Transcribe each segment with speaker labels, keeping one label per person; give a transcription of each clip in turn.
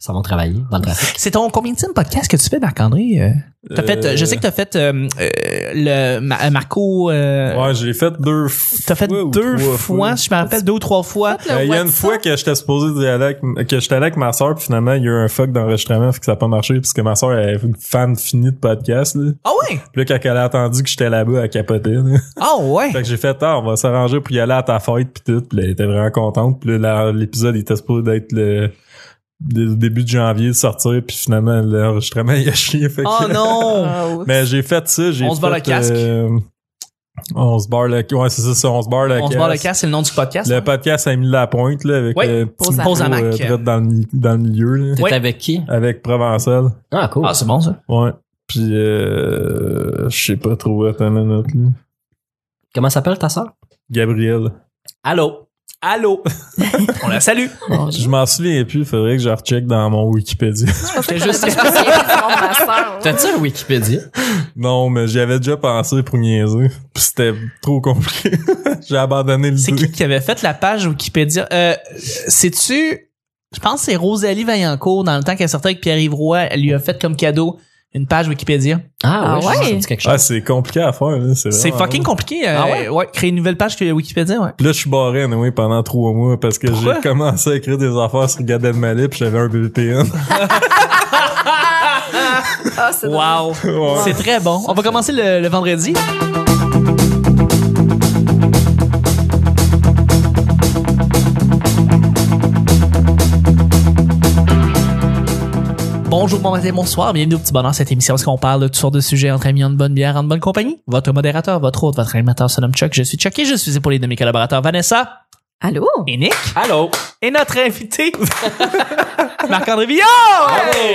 Speaker 1: Ça va travailler dans le trafic.
Speaker 2: C'est ton combien de podcast que tu fais, Marc-André? Euh, T'as fait, euh, je sais que t'as fait euh, euh, le Ma- Marco. euh,
Speaker 3: Ouais, j'ai fait deux fois.
Speaker 2: T'as fait
Speaker 3: ou
Speaker 2: deux
Speaker 3: trois
Speaker 2: fois, je me rappelle, deux ou trois fois.
Speaker 3: Euh, Il y a une fois que j'étais supposé aller avec, que j'étais allé avec ma soeur, puis finalement, il y a eu un fuck d'enregistrement, fait que ça n'a pas marché, puisque ma soeur elle est une fan finie de podcast, là.
Speaker 2: Ah ouais!
Speaker 3: Puis là, quand elle a entendu que j'étais là-bas, elle capotait, là.
Speaker 2: Ah ouais!
Speaker 3: Fait que j'ai fait, ah, on va s'arranger pour y aller à ta fête pis tout. Pis là, elle était vraiment contente. Pis là, la- l'épisode, il était supposé d'être le, le début de janvier, de sortir. Puis finalement, l'enregistrement, il a chié. Fait que-
Speaker 2: Oh non!
Speaker 3: Mais j'ai fait ça. j'ai
Speaker 2: On se barre
Speaker 3: fait,
Speaker 2: le casque.
Speaker 3: euh, on se barre le casque. Ouais, c'est ça, ça, on se barre le
Speaker 2: On
Speaker 3: casque.
Speaker 2: se barre le casque, c'est le nom du podcast.
Speaker 3: Le
Speaker 2: hein?
Speaker 3: podcast a mis la pointe, là, avec
Speaker 2: Oui,
Speaker 3: le
Speaker 2: pose
Speaker 3: petit
Speaker 2: à-
Speaker 3: micro,
Speaker 2: pose à Mac.
Speaker 3: euh, drette dans, le mi- dans le milieu, là,
Speaker 1: T'es
Speaker 2: Ouais.
Speaker 1: avec qui?
Speaker 3: avec Provençal.
Speaker 1: Ah, cool.
Speaker 2: Ah, c'est bon, ça.
Speaker 3: Ouais. Puis, euh, je sais pas trop, attends une minute, là.
Speaker 1: Comment s'appelle ta sœur?
Speaker 3: Gabriel.
Speaker 1: Allô?
Speaker 2: Allô! On la salue!
Speaker 3: Je m'en souviens plus, faudrait que je recheck dans mon Wikipédia.
Speaker 2: J'étais juste.
Speaker 1: T'as-tu un Wikipédia?
Speaker 3: non, mais j'y avais déjà pensé pour niaiser. Puis c'était trop compliqué. J'ai abandonné
Speaker 2: C'est
Speaker 3: l'idée.
Speaker 2: qui qui avait fait la page Wikipédia? Euh, c'est-tu, je pense que c'est Rosalie Vaillancourt, dans le temps qu'elle sortait avec Pierre-Yves Roy, elle lui a fait comme cadeau une page Wikipédia.
Speaker 1: Ah, ouais,
Speaker 4: Ah
Speaker 1: je-
Speaker 4: ouais?
Speaker 1: ça me dit quelque chose.
Speaker 3: Ah, c'est compliqué à faire, là. C'est
Speaker 2: C'est
Speaker 3: vraiment-
Speaker 2: fucking compliqué. euh,
Speaker 1: Ah
Speaker 2: ouais?
Speaker 1: ouais?
Speaker 2: créer une nouvelle page que Wikipédia, ouais.
Speaker 3: Puis là, je suis barré, anyway, pendant trois mois parce que
Speaker 2: Pourquoi?
Speaker 3: j'ai commencé à écrire des affaires sur Gad Elmaleh puis j'avais un VPN.
Speaker 4: Ah, c'est drôle.
Speaker 2: Wow!
Speaker 3: Ouais.
Speaker 2: C'est très bon. On va commencer le, le vendredi. Bonjour, bon matin, bonsoir. Bienvenue au petit bonheur cette émission parce qu'on parle de toutes sortes de sujets entre amis, en bonne bière, en bonne compagnie. Votre modérateur, votre hôte, votre animateur se nomme Chuck. Je suis Chuck et je suis épaulé de mes collaborateurs Vanessa
Speaker 4: Allô?
Speaker 2: et Nick
Speaker 1: Allô?
Speaker 2: et notre invité, Marc-André Villard!
Speaker 4: Hey!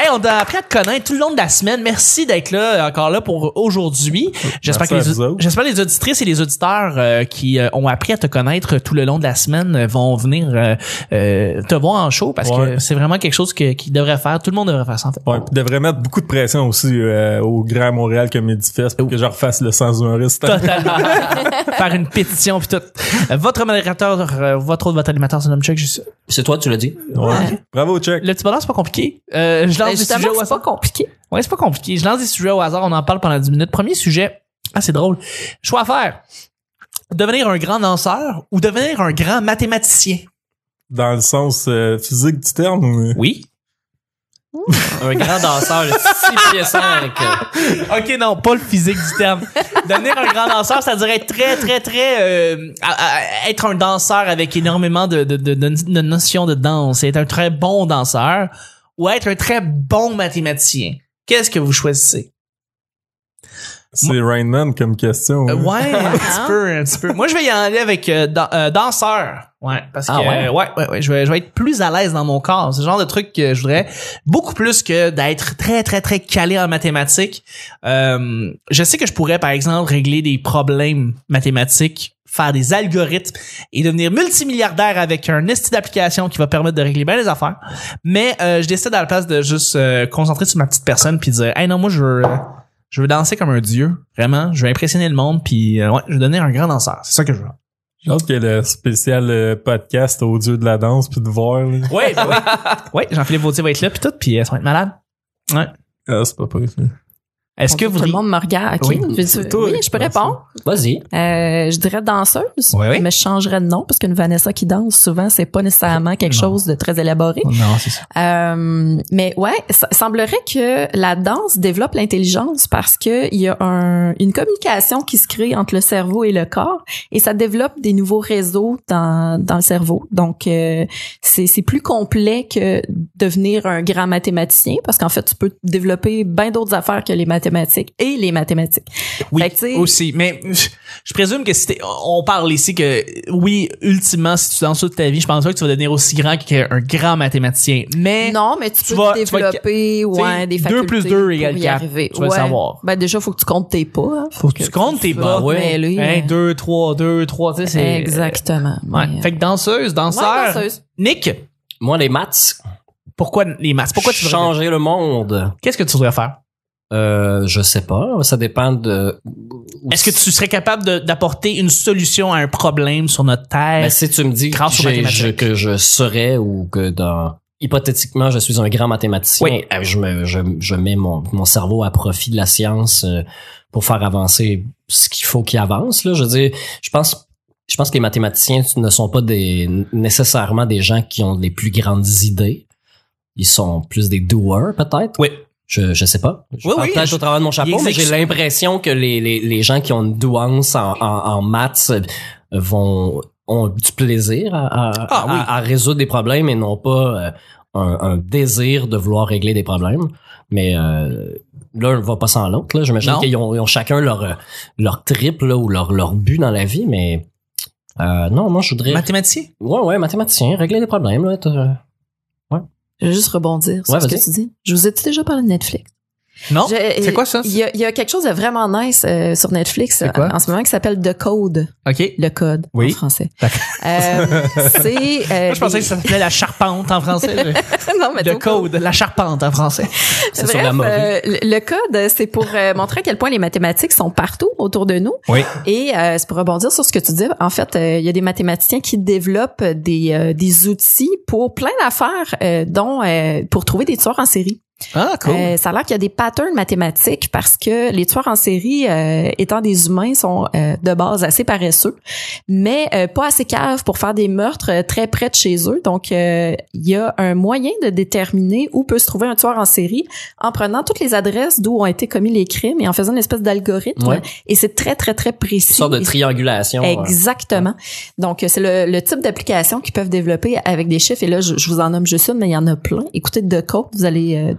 Speaker 2: Hey, on t'a appris à te connaître tout le long de la semaine. Merci d'être là, euh, encore là pour aujourd'hui. J'espère
Speaker 3: Merci
Speaker 2: que
Speaker 3: à
Speaker 2: les,
Speaker 3: vous autres.
Speaker 2: j'espère que les auditrices et les auditeurs euh, qui euh, ont appris à te connaître tout le long de la semaine euh, vont venir euh, euh, te voir en show parce que
Speaker 3: Ouais.
Speaker 2: c'est vraiment quelque chose que, qu'ils devraient faire. Tout le monde devrait faire ça, en fait.
Speaker 3: Ouais, puis devrait mettre beaucoup de pression aussi euh, au Grand Montréal Comedy Fest pour que je refasse le sens humoriste.
Speaker 2: Totalement. Faire une pétition puis tout. Euh, Votre modérateur, euh, votre autre, votre animateur, son nom Chuck. je-
Speaker 1: C'est toi, tu l'as dit.
Speaker 3: Ouais. Bravo, Chuck.
Speaker 2: Le petit bonheur, c'est pas compliqué. Euh, je lance
Speaker 4: Ben,
Speaker 2: des sujets
Speaker 4: justement,
Speaker 2: au
Speaker 4: c'est pas
Speaker 2: hasard.
Speaker 4: compliqué.
Speaker 2: Ouais, c'est pas compliqué. Je lance des sujets au hasard, on en parle pendant 10 minutes. Premier sujet. Ah, c'est drôle. Choix à faire. Devenir un grand danseur ou devenir un grand mathématicien?
Speaker 3: Dans le sens euh, physique du terme. ou-
Speaker 2: Oui.
Speaker 1: Un grand danseur, le 6 pieds 5.
Speaker 2: OK, non, pas le physique du terme. Devenir un grand danseur, ça dirait être très, très, très... euh, à- à- être un danseur avec énormément de, de, de, de- de notions de danse. Être un très bon danseur ou être un très bon mathématicien. Qu'est-ce que vous choisissez?
Speaker 3: C'est Rain Man comme question.
Speaker 2: Euh,
Speaker 3: hein.
Speaker 2: ouais, un petit peu, un petit peu. Moi, je vais y aller avec euh, dan- euh, danseur. Ouais, parce que
Speaker 1: Ah ouais?
Speaker 2: euh, ouais, ouais, ouais, je vais, je vais être plus à l'aise dans mon corps. C'est le genre de truc que je voudrais beaucoup plus que d'être très, très, très calé en mathématiques. Euh, je sais que je pourrais, par exemple, régler des problèmes mathématiques faire des algorithmes et devenir multimilliardaire avec un esti d'application qui va permettre de régler bien les affaires. Mais euh, je décide à la place de juste euh, concentrer sur ma petite personne puis dire, hey non, moi je veux, euh, je veux danser comme un dieu, vraiment. Je veux impressionner le monde puis euh, ouais, je veux devenir un grand danseur. C'est ça que je veux.
Speaker 3: Je pense que le spécial euh, podcast au dieu de la danse puis de voir. là.
Speaker 2: Ouais, ben ouais. ouais, Jean-Philippe Vautier va être là puis tout puis euh, ça va être malade.
Speaker 3: Ah, c'est pas possible.
Speaker 2: Est-ce que vous
Speaker 4: Tout le
Speaker 2: riez?
Speaker 4: monde me regarde. OK.
Speaker 2: Oui.
Speaker 4: Veux-tu-
Speaker 3: C'est toi
Speaker 4: oui,
Speaker 3: qui
Speaker 4: je peux
Speaker 3: penses ça.
Speaker 4: répondre.
Speaker 1: Vas-y.
Speaker 4: Euh, je dirais danseuse,
Speaker 2: Ouais, ouais.
Speaker 4: mais je changerais de nom parce qu'une Vanessa qui danse, souvent, c'est pas nécessairement quelque
Speaker 2: Non.
Speaker 4: chose de très élaboré.
Speaker 2: Non, c'est ça.
Speaker 4: Euh, mais ouais, ça semblerait que la danse développe l'intelligence parce que il y a un- une communication qui se crée entre le cerveau et le corps et ça développe des nouveaux réseaux dans, dans le cerveau. Donc euh, c'est c'est plus complet que devenir un grand mathématicien parce qu'en fait tu peux développer bien d'autres affaires que les mathématiques et les mathématiques.
Speaker 2: Oui,
Speaker 4: Fait que, tu sais-
Speaker 2: aussi. Mais je présume que si t'es- on parle ici que oui, ultimement, si tu danses toute ta vie, je pense pas que tu vas devenir aussi grand qu'un grand mathématicien. Mais
Speaker 4: Non, mais tu
Speaker 2: tu
Speaker 4: peux
Speaker 2: vas- tu vas-
Speaker 4: développer
Speaker 2: sais,
Speaker 4: ouais, des
Speaker 2: deux
Speaker 4: facultés
Speaker 2: plus deux
Speaker 4: pour
Speaker 2: égale
Speaker 4: y
Speaker 2: quatre.
Speaker 4: arriver.
Speaker 2: Tu vas le
Speaker 4: Ouais.
Speaker 2: savoir.
Speaker 4: Ben déjà faut que tu comptes tes pas. hein.
Speaker 2: faut que tu comptes tes
Speaker 4: tu
Speaker 2: pas.
Speaker 4: vas te mêler,
Speaker 2: Hein,
Speaker 4: euh.
Speaker 2: deux, trois, deux, trois, tu sais, c'est.
Speaker 4: Exactement.
Speaker 2: Ouais.
Speaker 4: Mais, euh,
Speaker 2: Fait que danseuse, danseur.
Speaker 4: Ouais, danseuse.
Speaker 2: Nick,
Speaker 1: Moi, les maths,
Speaker 2: pourquoi les maths? Pourquoi tu voudrais-
Speaker 1: changer le monde?
Speaker 2: Qu'est-ce que tu voudrais faire?
Speaker 1: Euh, je sais pas. Ça dépend de...
Speaker 2: Est-ce que tu serais capable de- d'apporter une solution à un problème sur notre terre?
Speaker 1: Mais si tu me dis
Speaker 2: Grâce aux
Speaker 1: que, j'ai-
Speaker 2: mathématiques.
Speaker 1: je, que je serais ou que dans hypothétiquement, je suis un grand mathématicien.
Speaker 2: Oui.
Speaker 1: Euh, Je, me, je, je mets mon, mon cerveau à profit de la science euh, pour faire avancer ce qu'il faut qu'il avance. Là. Je veux dire, je pense, je pense que les mathématiciens ne sont pas des, nécessairement des gens qui ont les plus grandes idées. Ils sont plus des doers, peut-être.
Speaker 2: Oui.
Speaker 1: Je, je sais pas. Je
Speaker 2: Oui,
Speaker 1: parle
Speaker 2: oui,
Speaker 1: peut-être
Speaker 2: je-
Speaker 1: au travers de mon chapeau,
Speaker 2: ils
Speaker 1: mais j'ai
Speaker 2: exécutent.
Speaker 1: l'impression que les, les, les gens qui ont une douance en, en, en maths euh, vont ont du plaisir à, à,
Speaker 2: Ah, oui.
Speaker 1: à- à résoudre des problèmes et non pas euh, un, un désir de vouloir régler des problèmes. Mais euh, l'un va pas sans l'autre. Là. J'imagine
Speaker 2: Non.
Speaker 1: qu'ils ont, ils ont chacun leur, euh, leur trip là, ou leur, leur but dans la vie, mais euh, non, moi je voudrais...
Speaker 2: Mathématicien?
Speaker 1: ouais, ouais, mathématicien, régler des problèmes. Là, être, euh,
Speaker 4: Je vais juste rebondir sur
Speaker 1: Ouais,
Speaker 4: ce que
Speaker 1: vas-y.
Speaker 4: tu dis. Je vous ai déjà parlé de Netflix.
Speaker 2: Non?
Speaker 4: Je-
Speaker 2: Oh, C'est quoi ça?
Speaker 4: Il y, a, il y a quelque chose de vraiment nice euh, sur Netflix
Speaker 2: C'est
Speaker 4: euh,
Speaker 2: quoi?
Speaker 4: en ce moment qui s'appelle The Code.
Speaker 2: OK.
Speaker 4: Le Code
Speaker 2: Oui.
Speaker 4: en français. Euh, c'est euh,
Speaker 2: Moi, je pensais que ça s'appelait la charpente en français.
Speaker 4: non, mais
Speaker 2: Le
Speaker 4: t'as pas-
Speaker 2: code, la charpente en français.
Speaker 1: c'est sur la
Speaker 4: Bref,
Speaker 1: morue.
Speaker 4: euh, le le code, c'est pour euh, montrer à quel point les mathématiques sont partout autour de nous.
Speaker 3: Oui.
Speaker 4: Et euh, c'est pour rebondir sur ce que tu dis. En fait, euh, il y a des mathématiciens qui développent des, euh, des outils pour plein d'affaires, euh, dont euh, pour trouver des tueurs en série.
Speaker 2: Ah,
Speaker 4: Euh, ça a l'air qu'il y a des patterns mathématiques parce que les tueurs en série, euh, étant des humains, sont euh, de base assez paresseux, mais euh, pas assez caves pour faire des meurtres euh, très près de chez eux. Donc, euh, il y a un moyen de déterminer où peut se trouver un tueur en série en prenant toutes les adresses d'où ont été commis les crimes et en faisant une espèce d'algorithme.
Speaker 1: Ouais.
Speaker 4: Et c'est très, très, très précis.
Speaker 1: une sorte de
Speaker 4: Et
Speaker 1: triangulation. euh,
Speaker 4: Exactement. Donc, euh, c'est le, le type d'application qu'ils peuvent développer avec des chiffres. Et là, je, je vous en nomme juste une, mais il y en a plein. Écoutez, de code, vous allez euh,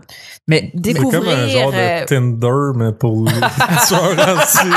Speaker 2: Mais
Speaker 3: C'est comme un genre
Speaker 4: découvrir. euh,
Speaker 3: de Tinder, mais pour les tueurs en série.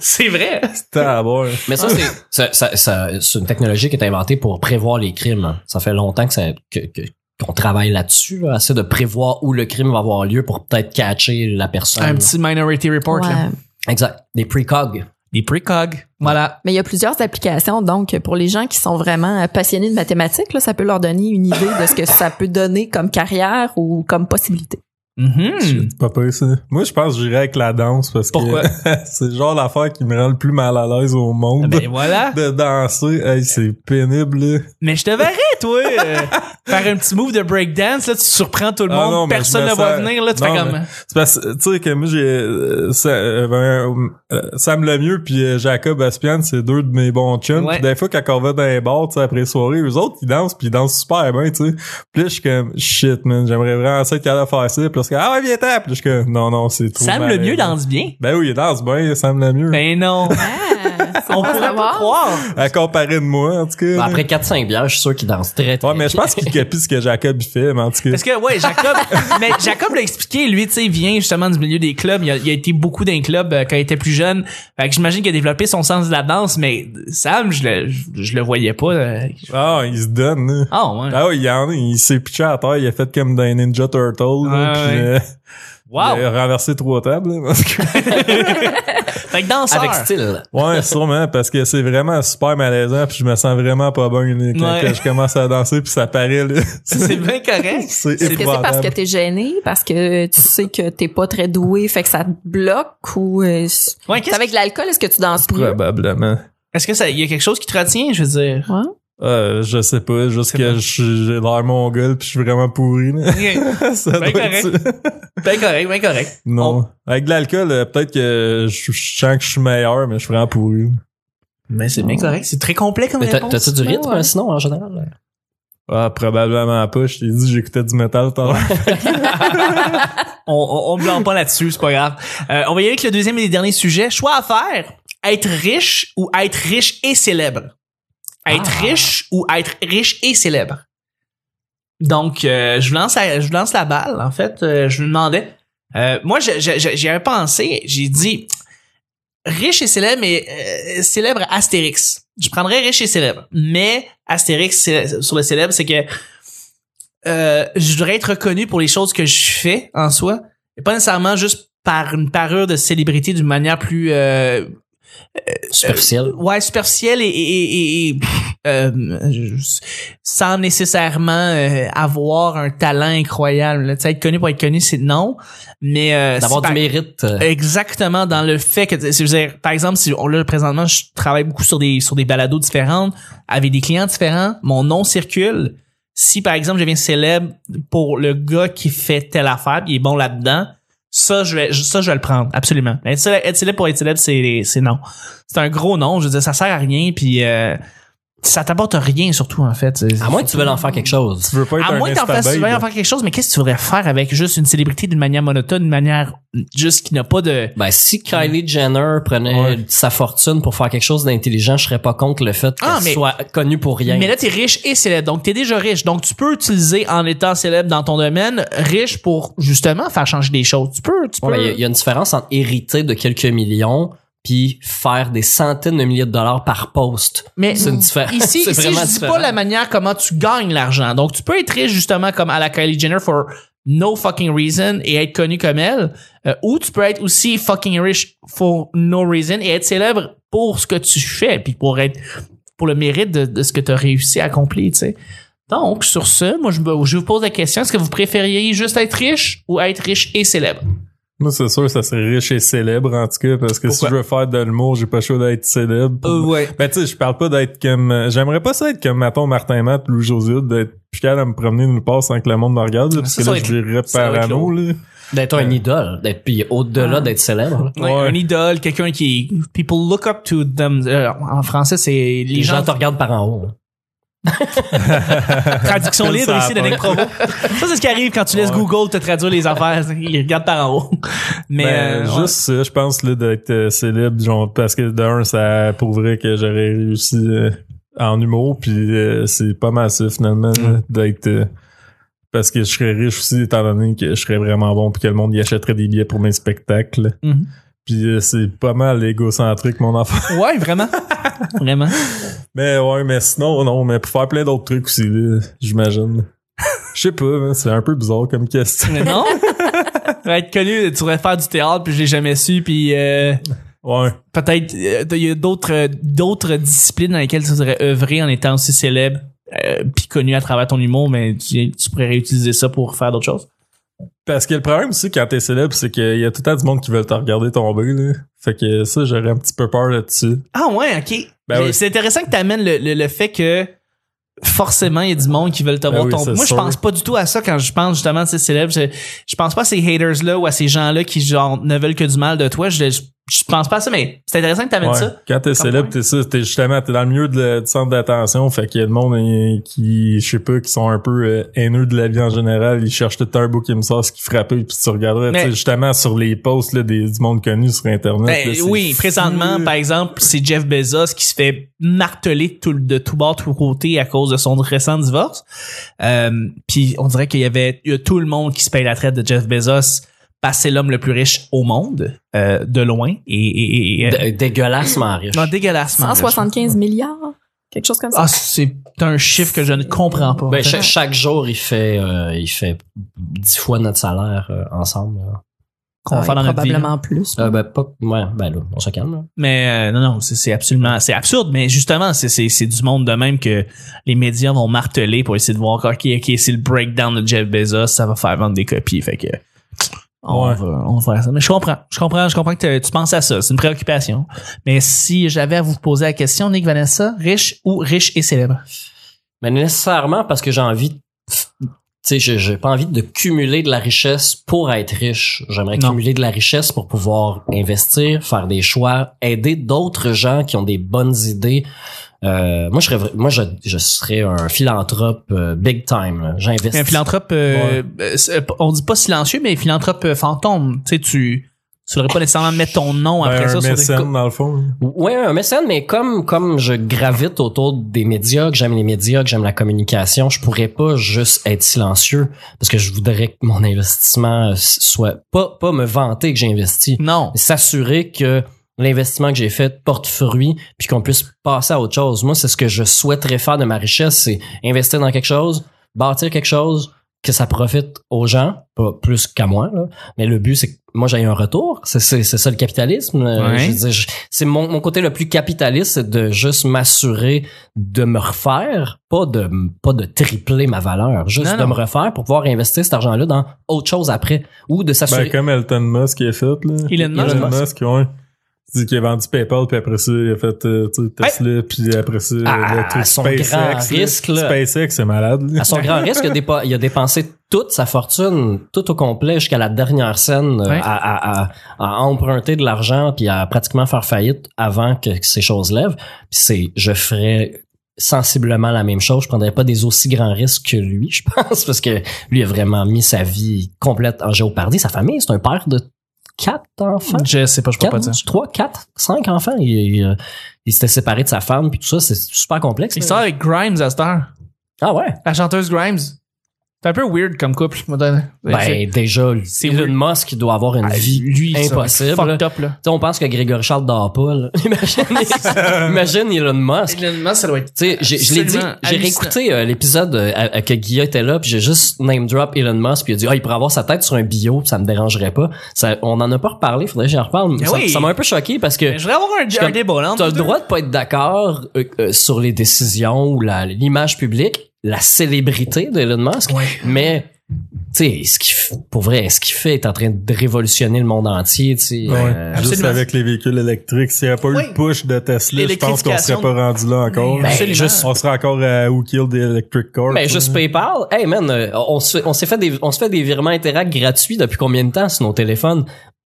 Speaker 2: c'est vrai.
Speaker 3: C'était à boire.
Speaker 1: Mais ça, c'est ça, ça- ça- c'est une technologie qui est inventée pour prévoir les crimes. Ça fait longtemps que ça- que- que- qu'on travaille là-dessus, là, essayer de prévoir où le crime va avoir lieu pour peut-être catcher la personne.
Speaker 2: Un petit Minority Report. là.
Speaker 4: ouais.
Speaker 1: Exact. Des precogs.
Speaker 2: Des précogs. Voilà.
Speaker 4: Mais il y a plusieurs applications. Donc, pour les gens qui sont vraiment euh, passionnés de mathématiques, là, ça peut leur donner une idée de ce que ça peut donner comme carrière ou comme possibilité.
Speaker 2: Mhm.
Speaker 3: Pas pire, ça. Moi, je pense que j'irais avec la danse parce
Speaker 2: Pourquoi?
Speaker 3: que c'est genre l'affaire qui me rend le plus mal à l'aise au monde.
Speaker 2: Ben voilà.
Speaker 3: De danser, Hey, c'est pénible. là.
Speaker 2: Mais je te verrais, toi, euh, faire un petit move de breakdance. Là, tu surprends tout le
Speaker 3: Ah
Speaker 2: monde.
Speaker 3: non, mais
Speaker 2: Personne
Speaker 3: je me
Speaker 2: ne va
Speaker 3: sens-
Speaker 2: venir. Là, tu
Speaker 3: Non,
Speaker 2: fais comme...
Speaker 3: mais- C'est parce que, tu sais, que moi, j'ai, euh, ça, euh, ben, euh, Sam Lemieux puis euh, Jacob Aspian, c'est deux de mes bons chums.
Speaker 2: Ouais.
Speaker 3: Puis des fois, quand on va dans les bars, tu sais, après soirée, eux autres, ils dansent puis ils dansent super bien, tu sais. Puis là, je suis comme, shit, man, j'aimerais vraiment ça qu'il allait faire ça. Puis là, je suis comme, ah ouais, viens t'en. Puis là, je suis comme, non, non, c'est trop.
Speaker 2: Sam le
Speaker 3: malaisant.
Speaker 2: mieux danse bien.
Speaker 3: Ben oui, il danse bien, Sam
Speaker 4: Ah,
Speaker 3: Lemieux.
Speaker 2: Ben non. On pourrait pas croire.
Speaker 3: À comparer de moi, en tout cas.
Speaker 2: Mhm.
Speaker 1: Ben,
Speaker 3: là.
Speaker 1: Après 4-5 bières, je suis sûr qu'ils dansent très, très
Speaker 3: Ouais, mais je pense qu'il copie ce que Jacob il fait, mais en tout cas.
Speaker 2: Parce que, ouais, Jacob, mais Jacob l'a expliqué, lui, tu sais, vient justement du milieu des clubs. Il a, il a été beaucoup dans les clubs euh, quand il était plus jeune. Fait que j'imagine qu'il a développé son sens de la danse, mais Sam, je le, je, je le voyais pas. euh.
Speaker 3: Ah, il se donne, là.
Speaker 2: Ah, ouais.
Speaker 3: Ah oui, il y en a, il s'est pitché à terre, il a fait comme dans les Ninja Turtle,
Speaker 2: Ah
Speaker 3: là, puis
Speaker 2: ouais.
Speaker 3: euh, il
Speaker 2: Wow.
Speaker 3: a renversé trois tables. là, parce que-
Speaker 2: Fait que danseur.
Speaker 1: avec style.
Speaker 3: ouais, sûrement, parce que c'est vraiment super malaisant, puis je me sens vraiment pas bien là, quand
Speaker 2: Ouais.
Speaker 3: que je commence à danser, puis ça paraît, là.
Speaker 2: C'est bien correct.
Speaker 3: c'est
Speaker 4: Est-ce que c'est parce
Speaker 3: épouvantable.
Speaker 4: que t'es gêné, parce que tu sais que t'es pas très doué, fait que ça te bloque ou euh, c'est-
Speaker 2: Ouais, qu'est-ce-
Speaker 4: avec l'alcool, est-ce que tu danses mieux?
Speaker 3: Probablement.
Speaker 2: Est-ce que ça, il y a quelque chose qui te retient, je veux dire?
Speaker 4: Ouais.
Speaker 3: Euh, je sais pas, juste que je- j'ai l'air mongol, puis je suis vraiment pourri, là.
Speaker 2: Bien
Speaker 3: Ça doit
Speaker 2: Ben
Speaker 3: être
Speaker 2: correct.
Speaker 3: ça.
Speaker 2: correct, bien correct.
Speaker 3: Non. Avec de l'alcool, euh, peut-être que je, je sens que je suis meilleur, mais je suis vraiment pourri. là.
Speaker 2: Mais c'est bien correct. C'est très complet comme
Speaker 1: Mais t'as-
Speaker 2: réponse.
Speaker 1: T'as-tu du rythme,
Speaker 4: Ouais.
Speaker 1: hein, sinon, en
Speaker 2: Euh,
Speaker 1: général?
Speaker 3: Ah, probablement pas. Je t'ai dit, j'écoutais du métal tout à l'heure.
Speaker 2: On, on, on blâme pas là-dessus, c'est pas grave. Euh, on va y aller avec le deuxième et dernier sujet. Choix à faire. Être riche ou être riche et célèbre. Être
Speaker 1: Ah.
Speaker 2: riche ou être riche et célèbre. Donc, euh, je vous lance, la, je vous lance la balle. En fait, Euh, je me demandais. Euh, moi, je- je- je- j'y avais pensé. J'ai dit riche et célèbre, mais euh, célèbre Astérix. Je prendrais riche et célèbre, mais Astérix c'est- sur le célèbre, c'est que euh, je voudrais être reconnu pour les choses que je fais en soi, et pas nécessairement juste par une parure de célébrité d'une manière plus euh,
Speaker 1: Superficiel.
Speaker 2: ouais superficielle et, et- et- et- pff, euh, je- sans nécessairement euh, avoir un talent incroyable. là. Tu sais, être connu pour être connu, c'est non, mais euh,
Speaker 1: D'avoir du
Speaker 2: c'est par-
Speaker 1: mérite. euh,
Speaker 2: Exactement dans le fait que c'est- c'est-à-dire, par exemple si on là présentement je travaille beaucoup sur des sur des balados différentes avec des clients différents, mon nom circule. si par exemple je deviens célèbre pour le gars qui fait telle affaire, puis il est bon là-dedans, ça je vais ça je vais le prendre absolument. Être célèbre, être célèbre pour être célèbre, c'est c'est non. C'est un gros non. Je veux dire, ça sert à rien, puis euh, ça t'apporte rien surtout en fait. C'est-
Speaker 1: À moins que tu veuilles en faire quelque chose.
Speaker 3: Tu veux pas être
Speaker 2: à
Speaker 3: un
Speaker 2: moins que t'en fasses
Speaker 3: instababe,
Speaker 2: souvent
Speaker 3: là.
Speaker 2: en faire quelque chose, mais qu'est-ce que tu voudrais faire avec juste une célébrité d'une manière monotone, d'une manière juste qui n'a pas de.
Speaker 1: Ben, si
Speaker 2: Mm.
Speaker 1: Kylie Jenner prenait
Speaker 3: Ouais.
Speaker 1: sa fortune pour faire quelque chose d'intelligent, je serais pas contre le fait qu'elle
Speaker 2: Ah, mais-
Speaker 1: soit connue pour rien.
Speaker 2: Mais là, t'es riche et célèbre, donc t'es déjà riche, donc tu peux utiliser en étant célèbre dans ton domaine, riche pour justement faire changer des choses. Tu peux, tu peux.
Speaker 1: Ouais, mais ben, il y a- il y, a une différence entre hériter de quelques millions puis faire des centaines de milliers de dollars par poste.
Speaker 2: Mais
Speaker 1: C'est une différence.
Speaker 2: Ici,
Speaker 1: c'est
Speaker 2: ici,
Speaker 1: vraiment
Speaker 2: je dis
Speaker 1: différent.
Speaker 2: pas la manière comment tu gagnes l'argent. Donc, tu peux être riche justement comme à la Kylie Jenner for no fucking reason et être connu comme elle, euh, ou tu peux être aussi fucking rich for no reason et être célèbre pour ce que tu fais, puis pour être pour le mérite de, de ce que tu as réussi à accomplir, tu sais. Donc, sur ce, moi, je, me- je vous pose la question, est-ce que vous préfériez juste être riche ou être riche et célèbre?
Speaker 3: Moi, c'est sûr, ça serait riche et célèbre, en tout cas, parce que si
Speaker 2: Pourquoi?
Speaker 3: je veux faire de l'humour, j'ai pas le choix d'être célèbre.
Speaker 2: Euh, ouais.
Speaker 3: Ben, tu sais, je parle pas d'être comme, euh, j'aimerais pas ça être comme, mettons, Martin Matt, Louis José, d'être plus capable à me promener nulle part sans que le monde me regarde, là, parce
Speaker 2: ça,
Speaker 3: que
Speaker 2: ça
Speaker 3: là,
Speaker 2: va
Speaker 3: je
Speaker 2: être-
Speaker 3: virerais
Speaker 2: ça va
Speaker 3: par
Speaker 2: être
Speaker 3: amour, là.
Speaker 1: D'être un idole, d'être puis au-delà d'être célèbre. là.
Speaker 2: Ah. Ouais,
Speaker 3: Ouais.
Speaker 2: Un idole, quelqu'un qui... People look up to them. Euh, en français, c'est les,
Speaker 1: Les gens
Speaker 2: gens
Speaker 1: te regardent par en haut. hein. là.
Speaker 2: Traduction
Speaker 3: Comme
Speaker 2: libre
Speaker 3: ça,
Speaker 2: ici de
Speaker 3: pas.
Speaker 2: Nick Provo. Ça, c'est ce qui arrive quand tu laisses
Speaker 3: Ouais.
Speaker 2: Google te traduire les affaires. Il regarde par en haut. Mais
Speaker 3: Ben,
Speaker 2: euh,
Speaker 3: juste ça, je pense, là, d'être euh, célèbre, genre, parce que d'un, ça prouverait que j'aurais réussi euh, en humour, puis euh, c'est pas mal ça, finalement, là,
Speaker 2: Mm.
Speaker 3: d'être... euh, parce que je serais riche aussi, étant donné que je serais vraiment bon, puis que le monde y achèterait des billets pour mes spectacles.
Speaker 2: ouais. Mhm.
Speaker 3: Puis euh, c'est pas mal égocentrique, mon enfant.
Speaker 2: Ouais, vraiment. vraiment.
Speaker 3: Mais ouais, mais sinon, non, mais pour faire plein d'autres trucs aussi, là, j'imagine. Je sais pas, hein, c'est un peu bizarre comme question.
Speaker 2: Mais non. Pour être connu, tu devrais faire du théâtre, puis je l'ai jamais su, puis euh,
Speaker 3: Ouais.
Speaker 2: peut-être euh, il y a d'autres euh, d'autres disciplines dans lesquelles tu devrais œuvrer en étant aussi célèbre euh, puis connu à travers ton humour, mais tu, tu pourrais réutiliser ça pour faire d'autres choses.
Speaker 3: Parce que le problème aussi quand t'es célèbre, c'est qu'il y a tout le temps du monde qui veut te regarder tomber, là. Fait que ça, j'aurais un petit peu peur là-dessus.
Speaker 2: Ah ouais, ok.
Speaker 3: Ben
Speaker 2: J'ai-
Speaker 3: oui.
Speaker 2: C'est intéressant que tu amènes le, le, le fait que forcément il y a du monde qui veulent te
Speaker 3: Ben
Speaker 2: voir
Speaker 3: oui,
Speaker 2: tomber.
Speaker 3: c'est
Speaker 2: Moi, je
Speaker 3: sûr.
Speaker 2: pense pas du tout à ça quand je pense justement à ces célèbres. Je, je pense pas à ces haters-là ou à ces gens-là qui genre ne veulent que du mal de toi. Je, je, je pense pas à ça, Ah, mais c'est intéressant que tu amènes
Speaker 3: Ouais.
Speaker 2: ça.
Speaker 3: Quand t'es célèbre,
Speaker 2: point.
Speaker 3: t'es ça, t'es justement, t'es dans le milieu de la- du centre d'attention, fait qu'il y a le monde euh, qui, je sais pas, qui sont un peu euh, haineux de la vie en général, ils cherchent tout le temps un beau qui me sort ce qui frappait, puis tu regarderais,
Speaker 2: Mais-
Speaker 3: tu sais, justement, sur les posts, là, des, du monde connu sur Internet.
Speaker 2: Ben,
Speaker 3: là, c'est
Speaker 2: oui,
Speaker 3: fou,
Speaker 2: présentement,
Speaker 3: là.
Speaker 2: par exemple, c'est Jeff Bezos qui se fait marteler de tout, de tout bord, de tout côté à cause de son récent divorce. Euh, Puis on dirait qu'il y avait il y a tout le monde qui se paye la traite de Jeff Bezos parce que c'est l'homme le plus riche au monde, euh, de loin. Et, et, et- et-
Speaker 1: Dé- Dégueulassement riche.
Speaker 2: non, dégueulassement.
Speaker 4: 175 milliards, quelque chose comme ça.
Speaker 2: Ah, c'est un chiffre que je ne comprends pas.
Speaker 1: Ben, cha- chaque jour, il fait, euh, il fait dix fois notre salaire euh, ensemble. là.
Speaker 2: qu'on va
Speaker 4: Ouais,
Speaker 2: faire dans notre vie.
Speaker 4: Ah,
Speaker 2: Ah.
Speaker 4: probablement plus.
Speaker 1: Euh, ben, pas, ouais, ben là, on se calme. là.
Speaker 2: Mais euh, non, non, c'est- c'est absolument, c'est absurde. Mais justement, c'est- c'est c'est du monde de même que les médias vont marteler pour essayer de voir, ok, ok, c'est le breakdown de Jeff Bezos, ça va faire vendre des copies. Fait que on,
Speaker 3: Ouais.
Speaker 2: va, on va faire ça. Mais je comprends, je comprends, je comprends que t'as- tu penses à ça. C'est une préoccupation. Mais si j'avais à vous poser la question, Nick Vanessa, riche ou riche et célèbre?
Speaker 1: Mais nécessairement parce que j'ai envie de- tu sais, j'ai j'ai pas envie de cumuler de la richesse pour être riche. J'aimerais
Speaker 2: Non.
Speaker 1: cumuler de la richesse pour pouvoir investir, faire des choix, aider d'autres gens qui ont des bonnes idées. Euh, moi, je serais, vra- moi, je, je serais un philanthrope euh, big time. là. J'investis.
Speaker 2: Un philanthrope, euh, euh, c'est- on dit pas silencieux, mais philanthrope euh, fantôme. Tu sais, tu, tu voudrais pas nécessairement mettre ton nom
Speaker 3: Ben,
Speaker 2: après ça
Speaker 3: un
Speaker 2: sur des-
Speaker 3: mécène, dans le fond.
Speaker 1: Ouais, un mécène, mais comme comme je gravite autour des médias, que j'aime les médias, que j'aime la communication, je pourrais pas juste être silencieux parce que je voudrais que mon investissement euh, soit pas pas me vanter que j'ai investi,
Speaker 2: Non.
Speaker 1: s'assurer que l'investissement que j'ai fait porte fruit puis qu'on puisse passer à autre chose. Moi, c'est ce que je souhaiterais faire de ma richesse, c'est investir dans quelque chose, bâtir quelque chose que ça profite aux gens, pas plus qu'à moi. là. Mais le but, c'est que moi, j'ai un retour. C'est c'est- c'est ça le capitalisme. Euh,
Speaker 2: Ouais.
Speaker 1: je veux dire, je- c'est mon, mon côté le plus capitaliste, c'est de juste m'assurer de me refaire, pas de pas de tripler ma valeur, juste
Speaker 2: Non,
Speaker 1: de
Speaker 2: non.
Speaker 1: me refaire pour pouvoir investir cet argent-là dans autre chose après, ou de s'assurer
Speaker 3: Ben, comme Elton Ben, Musk est fait, là.
Speaker 2: Elon Musk.
Speaker 3: Elon Musk, ouais. dit qu'il a vendu PayPal, puis après ça, il a fait euh, tu sais, Tesla, puis après ça,
Speaker 1: Ah,
Speaker 3: le truc
Speaker 1: son
Speaker 3: SpaceX.
Speaker 1: grand
Speaker 3: là.
Speaker 1: risque, là.
Speaker 3: SpaceX, c'est malade. là.
Speaker 1: À son grand risque, il a, dépa- il a dépensé toute sa fortune, tout au complet, jusqu'à la dernière scène, euh,
Speaker 2: Ouais.
Speaker 1: à, à- à- à emprunter de l'argent, puis à pratiquement faire faillite avant que, que ces choses lèvent. Puis c'est, je ferais sensiblement la même chose. Je prendrais pas des aussi grands risques que lui, je pense, parce que lui a vraiment mis sa vie complète en géopardie. Sa famille, c'est un père de quatre enfants.
Speaker 2: Je sais pas, Hmm, je peux
Speaker 1: Quatre,
Speaker 2: pas dire.
Speaker 1: 3, 4, 5 enfants. Il, il, euh, il s'était séparé de sa femme, puis tout ça, c'est super complexe.
Speaker 2: Il
Speaker 1: là.
Speaker 2: sort avec Grimes à cette heure.
Speaker 1: Ah ouais?
Speaker 2: La chanteuse Grimes. C'est un peu weird comme couple, je me donne.
Speaker 1: Ben déjà,
Speaker 2: c'est
Speaker 1: Elon
Speaker 2: weird.
Speaker 1: Musk il doit avoir une
Speaker 2: Ah,
Speaker 1: vie
Speaker 2: lui, ça va être
Speaker 1: impossible. là.
Speaker 2: Fucked up, là.
Speaker 1: Tu sais, on pense que Grégory Charles dort pas. là. Imagine, imagine Elon Musk. Tu
Speaker 2: Elon Musk, ça doit être.
Speaker 1: sais, j'ai- je l'ai dit,
Speaker 2: Absolument
Speaker 1: j'ai réécouté euh, l'épisode euh, à- à que Guilla était là, puis j'ai juste name drop Elon Musk, puis il a dit ah il pourrait avoir sa tête sur un bio, puis ça me dérangerait pas. Ça, on en a pas reparlé, faudrait que j'en reparle. mais
Speaker 2: Mais
Speaker 1: ça
Speaker 2: Ben oui. Ben,
Speaker 1: ça m'a un peu choqué parce que
Speaker 2: Je voudrais avoir un,
Speaker 1: comme-
Speaker 2: un débat, là.
Speaker 1: T'as le droit de pas être d'accord euh, euh, sur les décisions ou la- l'image publique, la célébrité d'Elon Musk,
Speaker 2: Ouais.
Speaker 1: mais tu sais, ce qu'il f- pour vrai, ce qu'il fait est en train de révolutionner le monde entier, tu sais.
Speaker 3: Ouais.
Speaker 1: Euh,
Speaker 3: Juste
Speaker 2: absolument.
Speaker 3: avec les véhicules électriques. S'il n'y avait pas eu
Speaker 2: Oui.
Speaker 3: le push de Tesla, je pense qu'on
Speaker 2: L'électrification.
Speaker 3: serait pas rendu là encore.
Speaker 2: Ben, absolument.
Speaker 1: juste-
Speaker 3: On serait encore à Who Killed the Electric Car.
Speaker 1: mais Ben, juste PayPal, hey man, euh, on se fait- on s'est fait des on se fait des virements Interact gratuits depuis combien de temps sur nos téléphones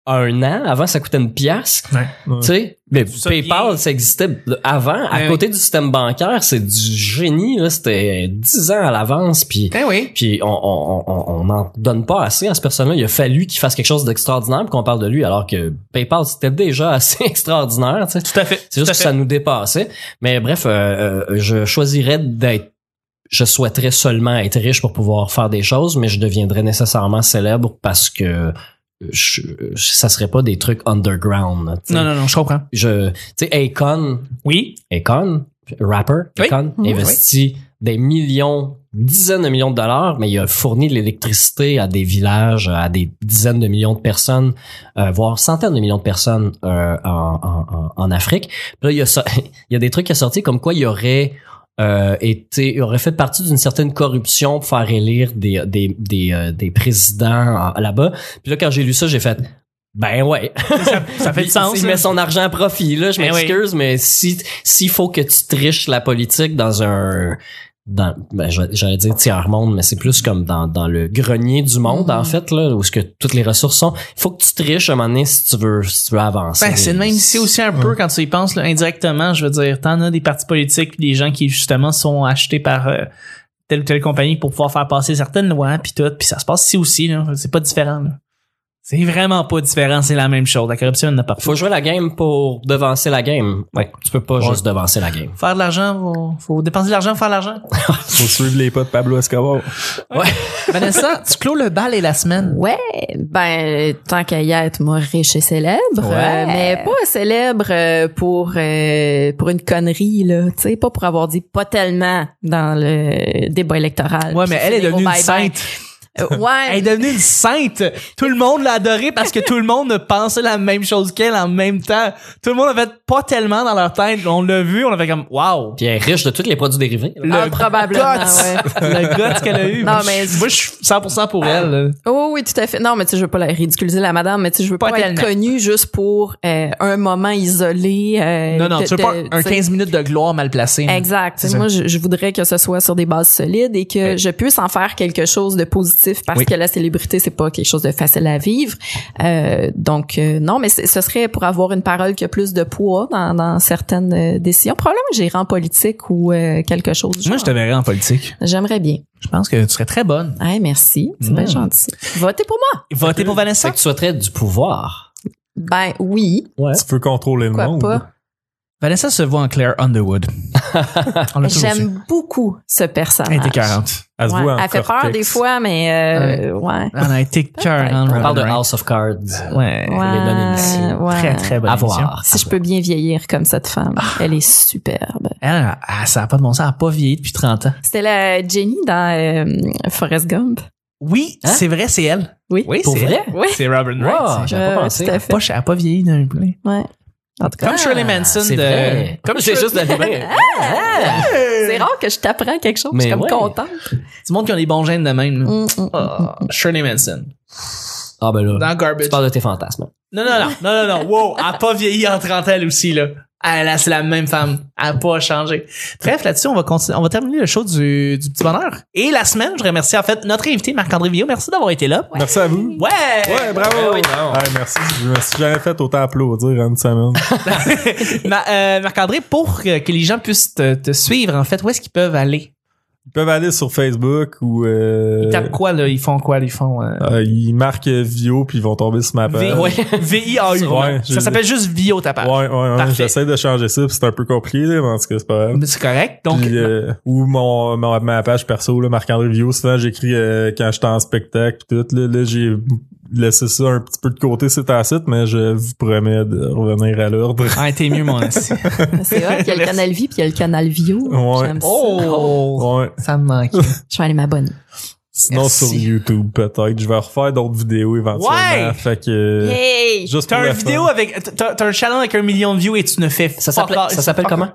Speaker 1: Un an, avant ça coûtait une pièce.
Speaker 2: Ouais.
Speaker 1: Tu sais, mais
Speaker 2: ça Ben
Speaker 1: PayPal,
Speaker 2: vient-
Speaker 1: ça existait avant. À
Speaker 2: Ouais,
Speaker 1: côté du système bancaire, c'est du génie. là. C'était 10 ans à l'avance. Puis
Speaker 2: Ben oui.
Speaker 1: Puis on on on- on n'en donne pas assez à ce personne-là. Il a fallu qu'il fasse quelque chose d'extraordinaire pour qu'on parle de lui, alors que PayPal c'était déjà assez extraordinaire. tu sais.
Speaker 2: Tout à fait.
Speaker 1: C'est juste
Speaker 2: Tout à
Speaker 1: que
Speaker 2: fait.
Speaker 1: ça nous dépassait. Mais bref, euh, euh, je choisirais d'être. Je souhaiterais seulement être riche pour pouvoir faire des choses, mais je deviendrais nécessairement célèbre parce que je, ça serait pas des trucs underground. là, tu sais.
Speaker 2: Non, non, non, je comprends.
Speaker 1: Je, tu sais, Akon,
Speaker 2: Oui.
Speaker 1: Akon, rapper,
Speaker 2: Oui.
Speaker 1: Akon,
Speaker 4: Mhm.
Speaker 1: investit des millions, dizaines de millions de dollars, mais il a fourni de l'électricité à des villages, à des dizaines de millions de personnes, euh, voire centaines de millions de personnes euh, en, en- en- en Afrique. Puis là, il y, a so- il y a des trucs qui sont sortis comme quoi il y aurait euh, été, il aurait fait partie d'une certaine corruption pour faire élire des, des, des, euh, des présidents euh, là-bas. Puis là, quand j'ai lu ça, j'ai fait... Ben ouais,
Speaker 2: Ça fait du
Speaker 1: il-
Speaker 2: sens.
Speaker 1: Il
Speaker 2: là.
Speaker 1: met son argent à profit, là. Je
Speaker 2: Eh oui.
Speaker 1: m'excuse, mais si, s'il faut que tu triches la politique dans un, dans, ben, j'a- j'allais dire tiers monde, mais c'est plus comme dans, dans le grenier du monde,
Speaker 2: Mhm.
Speaker 1: en fait, là, où ce que toutes les ressources sont. Il faut que tu triches à un moment donné si tu veux, si tu veux avancer.
Speaker 2: Ben, c'est le même ici aussi un peu quand tu y penses là, indirectement, je veux dire, t'en as des partis politiques puis des gens qui justement sont achetés par euh, telle ou telle compagnie pour pouvoir faire passer certaines lois puis tout, puis ça se passe ici aussi là, c'est pas différent là. C'est vraiment pas différent, c'est la même chose. La corruption elle n'a pas
Speaker 1: Faut jouer la game pour devancer la game.
Speaker 2: Ouais.
Speaker 1: Tu peux pas juste devancer la game.
Speaker 2: Faire de l'argent, faut, faut dépenser de l'argent, pour faire de l'argent.
Speaker 3: Faut suivre les pas de Pablo Escobar.
Speaker 2: Vanessa, tu clôt le bal et la semaine.
Speaker 4: Ouais, ben tant qu'à y être, moi riche et célèbre, euh, mais pas célèbre euh, pour euh, pour une connerie là, tu sais, pas pour avoir dit pas tellement dans le débat électoral.
Speaker 2: Ouais,
Speaker 4: Puis
Speaker 2: mais elle
Speaker 4: c'est
Speaker 2: est
Speaker 4: des
Speaker 2: devenue
Speaker 4: gros
Speaker 2: une
Speaker 4: bye-bye.
Speaker 2: sainte.
Speaker 4: Euh, ouais,
Speaker 2: Elle est devenue une sainte. Tout le monde l'a adorée parce que tout le monde pensait la même chose qu'elle en même temps. Tout le monde avait pas tellement dans leur tête. On l'a vu, on avait comme wow.
Speaker 1: Puis elle est riche de tous les produits dérivés. là.
Speaker 4: Ah,
Speaker 2: le
Speaker 4: probablement,
Speaker 2: guts. Le guts qu'elle a eu.
Speaker 4: Non, mais-
Speaker 2: Moi, je suis 100% pour elle. là.
Speaker 4: Oh oui, tout à fait. Non, mais tu sais, je veux pas la ridiculiser la madame, mais tu sais, je veux
Speaker 2: Pas
Speaker 4: pas, être
Speaker 2: tellement.
Speaker 4: connue juste pour euh, un moment isolé. euh,
Speaker 2: Non, non,
Speaker 4: de-
Speaker 2: tu veux pas
Speaker 4: de-
Speaker 2: un
Speaker 4: tu sais.
Speaker 2: 15 minutes de gloire mal placée. là.
Speaker 4: Exact.
Speaker 2: C'est
Speaker 4: Tu sais,
Speaker 2: ça.
Speaker 4: Moi, je, je voudrais que ce soit sur des bases solides et que je puisse en faire quelque chose de positif parce
Speaker 2: Oui.
Speaker 4: que la célébrité, c'est pas quelque chose de facile à vivre. Euh, donc, euh, non, mais c'est- ce serait pour avoir une parole qui a plus de poids dans, dans certaines euh, décisions. Probablement que j'irai en politique ou euh, quelque chose. du
Speaker 2: Moi, je
Speaker 4: genre.
Speaker 2: te verrais en politique.
Speaker 4: J'aimerais bien.
Speaker 2: Je pense que tu serais très bonne.
Speaker 4: Ah, merci. C'est bien
Speaker 2: Mm.
Speaker 4: gentil. Votez pour moi.
Speaker 2: Votez pour
Speaker 1: Fait
Speaker 2: Vanessa.
Speaker 1: que tu souhaiterais du pouvoir.
Speaker 4: Ben oui.
Speaker 1: Ouais.
Speaker 3: Tu peux contrôler le
Speaker 4: Pourquoi
Speaker 3: monde.
Speaker 4: pas?
Speaker 2: Vanessa se voit en Claire Underwood. On l'a toujours su.
Speaker 4: J'aime beaucoup ce personnage.
Speaker 2: Elle était 40.
Speaker 3: Elle se
Speaker 4: Ouais,
Speaker 3: voit en
Speaker 4: elle fait peur
Speaker 3: cortex.
Speaker 4: des fois, mais euh, ouais.
Speaker 2: Elle a été
Speaker 4: On
Speaker 2: cœur.
Speaker 1: On parle de House of Cards.
Speaker 2: Ouais.
Speaker 4: Ouais,
Speaker 1: les bonnes émissions.
Speaker 4: ouais.
Speaker 2: Très, très bonne
Speaker 1: À
Speaker 2: émission.
Speaker 1: voir.
Speaker 4: Si je peux bien vieillir comme cette femme, elle est superbe.
Speaker 2: Elle, elle, elle, ça n'a pas de bon sens. Elle n'a pas vieilli depuis 30 ans.
Speaker 4: C'était la Jenny dans euh, Forrest Gump.
Speaker 2: Oui,
Speaker 1: Hein?
Speaker 2: c'est vrai, c'est elle.
Speaker 4: Oui.
Speaker 2: Oui,
Speaker 1: Pour
Speaker 2: c'est
Speaker 1: vrai?
Speaker 2: elle.
Speaker 4: Oui.
Speaker 2: C'est Robin
Speaker 1: Wow,
Speaker 2: Wright.
Speaker 1: j'avais pas
Speaker 4: Euh,
Speaker 1: pensé.
Speaker 4: tout à
Speaker 2: C'est
Speaker 4: fait.
Speaker 2: Pas, elle n'a pas vieilli d'un coup.
Speaker 4: Ouais. En tout cas,
Speaker 2: Comme Shirley Manson
Speaker 1: ah, C'est
Speaker 2: de-
Speaker 1: vrai.
Speaker 2: Comme
Speaker 1: j'ai
Speaker 2: Shirley-
Speaker 1: juste la main.
Speaker 4: c'est
Speaker 2: Euh.
Speaker 4: rare que je t'apprends quelque chose.
Speaker 1: Mais
Speaker 4: je suis comme
Speaker 1: ouais.
Speaker 4: contente.
Speaker 2: Du monde qui a des bons gènes de même. là.
Speaker 4: Mm, mm, mm.
Speaker 2: Ah, Shirley Manson.
Speaker 1: Ah ben là,
Speaker 2: Dans Garbage.
Speaker 1: tu parles de tes fantasmes.
Speaker 2: Non, non, non, non, non, non. Wow, elle a pas vieilli en 30 elle aussi, là. Elle, là, c'est la même femme. Elle a pas changé. Bref, là-dessus, on va continuer, on va terminer le show du, du petit bonheur. Et la semaine, je remercie, en fait, notre invité, Marc-André Villot. Merci d'avoir été là.
Speaker 3: Merci à vous.
Speaker 2: Ouais!
Speaker 3: Ouais, bravo!
Speaker 1: Ouais, ouais, non.
Speaker 3: Ouais, merci. Je me suis jamais fait autant applaudir en une semaine.
Speaker 2: Ma- euh, Marc-André, pour euh, que les gens puissent te, te suivre, en fait, où est-ce qu'ils peuvent aller?
Speaker 3: Ils peuvent aller sur Facebook ou... Euh,
Speaker 2: Ils tapent quoi, là? Ils font quoi? Ils font... Euh...
Speaker 3: euh, ils marquent Vio puis ils vont tomber sur ma
Speaker 2: V-
Speaker 3: page.
Speaker 2: ouais, V-I-A-U.
Speaker 3: Ouais,
Speaker 2: ça
Speaker 3: j'ai-
Speaker 2: s'appelle juste Vio, ta page.
Speaker 3: Ouais, ouais, ouais.
Speaker 2: Parfait.
Speaker 3: J'essaie de changer ça, puis c'est un peu compliqué, là, mais en tout cas, c'est pas grave.
Speaker 2: Mais C'est correct. Donc,
Speaker 3: Puis, euh, ou mon, mon- ma page perso, là, Marc-André Vio, souvent j'écris euh, quand j'étais en spectacle pis tout, là, là, j'ai laissé ça un petit peu de côté, c'est à site, mais je vous promets de revenir à l'ordre.
Speaker 2: ah, t'es mieux, mon assis.
Speaker 4: C'est vrai, il y a le
Speaker 2: Merci.
Speaker 4: Canal Vie puis il y a le Canal Vio.
Speaker 3: Ouais.
Speaker 4: J'aime ça.
Speaker 2: Oh!
Speaker 3: Ouais.
Speaker 2: Ça me manque.
Speaker 4: Je vais aller m'abonner.
Speaker 3: Sinon
Speaker 2: Merci.
Speaker 3: sur YouTube peut-être. Je vais refaire d'autres vidéos éventuellement.
Speaker 2: Ouais!
Speaker 3: Fait que.
Speaker 4: Hey!
Speaker 3: Juste
Speaker 2: T'as
Speaker 3: pour
Speaker 2: une
Speaker 3: la
Speaker 2: vidéo
Speaker 3: fun.
Speaker 2: avec, t'as t'as un challenge avec un million de views et tu ne fais
Speaker 1: Ça s'appelle,
Speaker 2: pas-
Speaker 1: ça s'appelle
Speaker 2: pas-
Speaker 1: comment?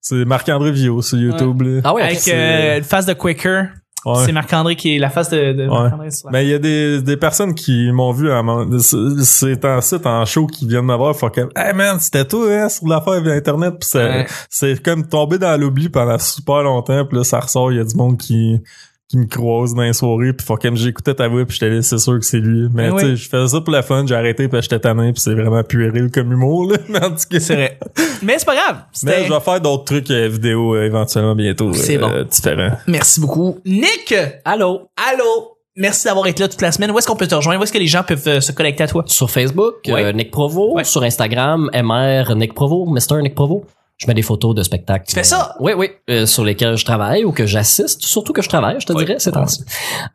Speaker 3: C'est Marc-André Vio sur YouTube. là.
Speaker 1: Ah ouais, ok.
Speaker 2: Avec euh, une face de Quaker.
Speaker 3: Ouais.
Speaker 2: C'est Marc-André qui est la face de, de Marc-André sur la-
Speaker 3: Mais il y a des, des personnes qui m'ont vu à mon- c'est- c'est en site en show qui viennent me voir faut comme Hey man, c'était toi hein, sur l'affaire via internet puis ça-
Speaker 2: Ouais.
Speaker 3: c'est comme tombé dans l'oubli pendant super longtemps puis là ça ressort, il y a du monde qui qui me croise dans les soirées puis faut comme j'écoutais ta voix puis j'étais là c'est sûr que c'est lui. Mais
Speaker 2: Eh oui.
Speaker 3: tu sais, je faisais ça pour le fun, j'ai arrêté parce que j'étais tanné puis c'est vraiment puéril comme humour là. Mais en tout cas,
Speaker 2: C'est vrai. Mais c'est pas grave. C'était-
Speaker 3: Mais je vais faire d'autres trucs euh, vidéo euh, éventuellement bientôt.
Speaker 2: C'est
Speaker 3: euh, Différents.
Speaker 2: Merci beaucoup. Nick!
Speaker 1: Allô?
Speaker 2: Allô? Merci d'avoir été là toute la semaine. Où est-ce qu'on peut te rejoindre? Où est-ce que les gens peuvent euh, se connecter à toi?
Speaker 1: Sur Facebook,
Speaker 2: Ouais.
Speaker 1: euh, Nick Provo.
Speaker 2: Ouais.
Speaker 1: Sur Instagram, MR Nick Provo, Mr. Nick Provo. Je mets des photos de spectacles.
Speaker 2: Tu fais ça?
Speaker 1: Euh, Oui, oui. euh, sur lesquels je travaille ou que j'assiste. Surtout que je travaille, je te
Speaker 2: Ouais.
Speaker 1: dirais, ces temps-ci.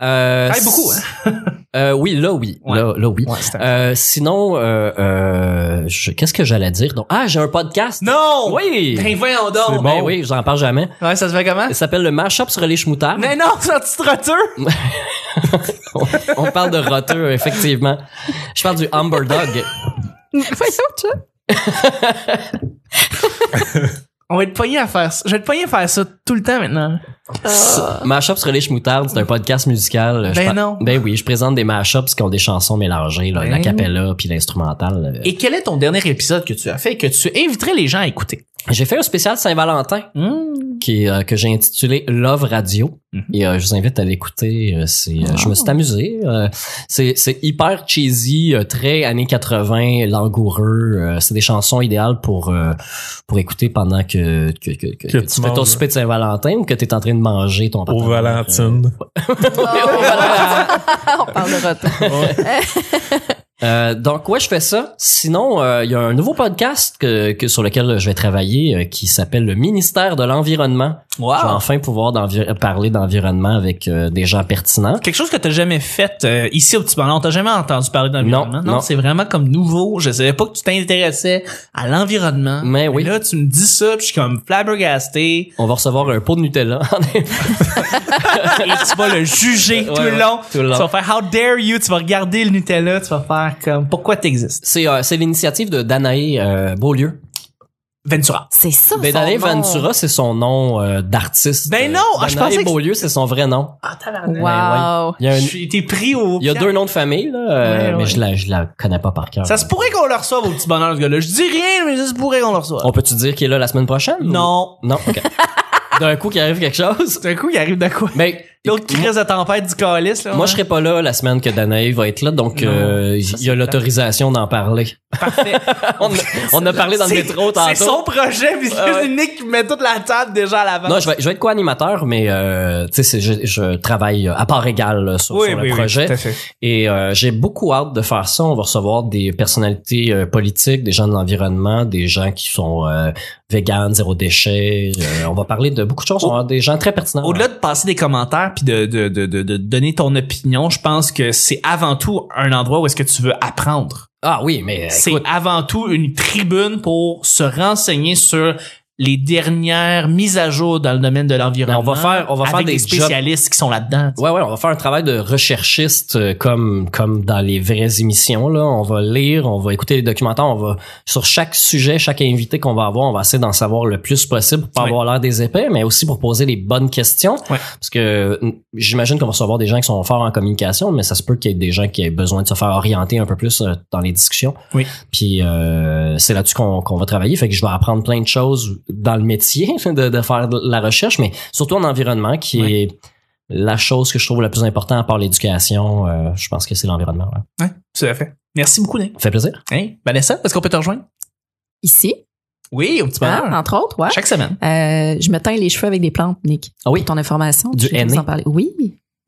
Speaker 1: Euh,
Speaker 2: Travaille beaucoup, hein?
Speaker 1: euh, oui, là, oui.
Speaker 2: Ouais.
Speaker 1: Là, là, oui.
Speaker 2: c'était-
Speaker 1: Euh, sinon, euh, euh, je- qu'est-ce que j'allais dire? Donc, ah, j'ai un podcast.
Speaker 2: Non!
Speaker 1: Oui!
Speaker 2: Ben voyons
Speaker 1: Ben
Speaker 2: donc!
Speaker 1: oui, j'en parle jamais.
Speaker 2: Ouais, ça se fait comment?
Speaker 1: Il s'appelle le Mashup sur les schmoutards.
Speaker 2: Mais non, c'est un petit trotteur!
Speaker 1: On, on parle de roteux, effectivement. Je parle du Humber Dog.
Speaker 4: Voyons, tu
Speaker 2: On va être pogné à faire ça. Je vais être pogné à faire ça tout le temps maintenant.
Speaker 1: Mashup sur les schmoutards, c'est un podcast musical. Je
Speaker 2: Ah. Ben
Speaker 1: par-
Speaker 2: non.
Speaker 1: Ben oui, je présente des mashups qui ont des chansons mélangées, là,
Speaker 2: Ben
Speaker 1: la capella puis l'instrumental.
Speaker 2: Et quel est ton dernier épisode que tu as fait et que tu inviterais les gens à écouter?
Speaker 1: J'ai fait un spécial Saint-Valentin
Speaker 2: Hmm.
Speaker 1: qui euh, que j'ai intitulé Love Radio
Speaker 2: Mhm.
Speaker 1: et euh, je vous invite à l'écouter. euh, c'est, euh, je me suis amusé. euh, c'est c'est hyper cheesy, euh, très années 80, langoureux. euh, c'est des chansons idéales pour euh, pour écouter pendant que que, que, que-
Speaker 3: Que
Speaker 1: que
Speaker 3: tu
Speaker 1: tu fais ton
Speaker 3: manges.
Speaker 1: souper de Saint-Valentin ou que t'es en train de manger ton
Speaker 3: Pour
Speaker 1: partenaire.
Speaker 3: Valentine.
Speaker 4: on parle de retour.
Speaker 1: Euh, donc ouais, je fais ça. Sinon, euh, il y a un nouveau podcast que, que sur lequel je vais travailler euh, qui s'appelle le ministère de l'environnement. Je vais
Speaker 2: Wow!
Speaker 1: enfin pouvoir d'envi- parler d'environnement avec euh, des gens pertinents.
Speaker 2: Quelque chose que t'as jamais fait euh, ici au petit ballon. T'as jamais entendu parler d'environnement.
Speaker 1: Non, non.
Speaker 2: c'est vraiment comme nouveau. Je savais pas que tu t'intéressais à l'environnement.
Speaker 1: Mais oui.
Speaker 2: Là, tu me dis ça, puis je suis comme flabbergasté.
Speaker 1: On va recevoir un pot de Nutella.
Speaker 2: et tu vas le juger tout,
Speaker 1: Ouais,
Speaker 2: le
Speaker 1: ouais,
Speaker 2: long.
Speaker 1: tout le long.
Speaker 2: Tu vas faire How dare you? Tu vas regarder le Nutella. Tu vas faire comme Pourquoi t'existes?
Speaker 1: c'est euh, c'est l'initiative de Danae euh, Beaulieu.
Speaker 2: Ventura.
Speaker 4: C'est ça.
Speaker 1: Ben,
Speaker 4: son
Speaker 1: Danae
Speaker 4: nom.
Speaker 1: Ventura, c'est son nom euh, d'artiste.
Speaker 2: Ben non, ah, je
Speaker 1: Danae
Speaker 2: pensais que-
Speaker 1: Beaulieu, c'est son vrai nom.
Speaker 2: Ah,
Speaker 4: Wow.
Speaker 1: Il y a, un-
Speaker 2: J'ai été pris au.
Speaker 1: il y a deux noms de famille, là, euh,
Speaker 2: Ouais, ouais.
Speaker 1: mais je la, je la connais pas par cœur.
Speaker 2: Ça se pourrait qu'on le reçoive au petit bonheur, ce gars-là. Je dis rien, mais ça se pourrait qu'on le reçoive.
Speaker 1: On peut-tu dire qu'il est là la semaine prochaine? ou-
Speaker 2: Non.
Speaker 1: Non, ok. D'un coup, qu'il arrive quelque chose.
Speaker 2: D'un coup, il arrive de quoi?
Speaker 1: Mais
Speaker 2: L'autre crise de tempête du calice, là.
Speaker 1: moi,
Speaker 2: hein?
Speaker 1: je serai pas là la semaine que Danae va être là, donc
Speaker 2: Non,
Speaker 1: euh, il
Speaker 2: ça,
Speaker 1: y a
Speaker 2: c'est
Speaker 1: l'autorisation d'en parler.
Speaker 2: Parfait.
Speaker 1: On, on a parlé dans le
Speaker 2: C'est-
Speaker 1: métro tantôt.
Speaker 2: C'est son projet, puis
Speaker 1: Ah ouais.
Speaker 2: c'est Nick qui met toute la table déjà à l'avant.
Speaker 1: Non, je vais, je vais être co-animateur, mais euh, tu sais, c'est- je, je travaille euh, à part égale là, sur, sur le projet.
Speaker 2: tout à fait.
Speaker 1: et euh, j'ai beaucoup hâte de faire ça. On va recevoir des personnalités euh, politiques, des gens de l'environnement, des gens qui sont euh, véganes, zéro déchet. Euh, on va parler de beaucoup de choses. On va avoir des gens très pertinents.
Speaker 2: Au-delà de passer des commentaires puis de, de, de, de, de donner ton opinion, je pense que c'est avant tout un endroit où est-ce que tu veux apprendre.
Speaker 1: Ah oui, mais
Speaker 2: C'est
Speaker 1: écoute,
Speaker 2: avant tout une tribune pour se renseigner sur les dernières mises à jour dans le domaine de l'environnement.
Speaker 1: Mais on va faire- on va faire
Speaker 2: avec
Speaker 1: des jobs-
Speaker 2: spécialistes qui sont là-dedans.
Speaker 1: Ouais, ouais, on va faire un travail de recherchiste euh, comme comme dans les vraies émissions là. On va lire, on va écouter les documentaires, on va sur chaque sujet, chaque invité qu'on va avoir, on va essayer d'en savoir le plus possible pour pas
Speaker 2: Ouais.
Speaker 1: avoir l'air des épais, mais aussi pour poser les bonnes questions.
Speaker 2: Ouais.
Speaker 1: Parce que euh, j'imagine qu'on va recevoir des gens qui sont forts en communication, mais ça se peut qu'il y ait des gens qui aient besoin de se faire orienter un peu plus euh, dans les discussions.
Speaker 2: Oui.
Speaker 1: Puis euh, c'est là-dessus qu'on qu'on va travailler. Fait que je vais apprendre plein de choses dans le métier de, de faire de la recherche, mais surtout en environnement qui
Speaker 2: Ouais.
Speaker 1: est la chose que je trouve la plus importante à part l'éducation, euh, je pense que c'est l'environnement. ouais.
Speaker 2: Tout à fait. Merci beaucoup, Nick.
Speaker 1: Ça fait plaisir.
Speaker 2: Hey, Vanessa, est-ce qu'on peut te rejoindre?
Speaker 4: Ici,
Speaker 2: Oui, au petit
Speaker 4: hein,
Speaker 2: bonheur.
Speaker 4: entre autres, ouais.
Speaker 2: Chaque semaine.
Speaker 4: Euh, je me teins les cheveux avec des plantes, Nick.
Speaker 1: Ah oui?
Speaker 4: Pour Ton information.
Speaker 1: Du
Speaker 4: je vais vous
Speaker 1: henné.
Speaker 4: en parler. Oui.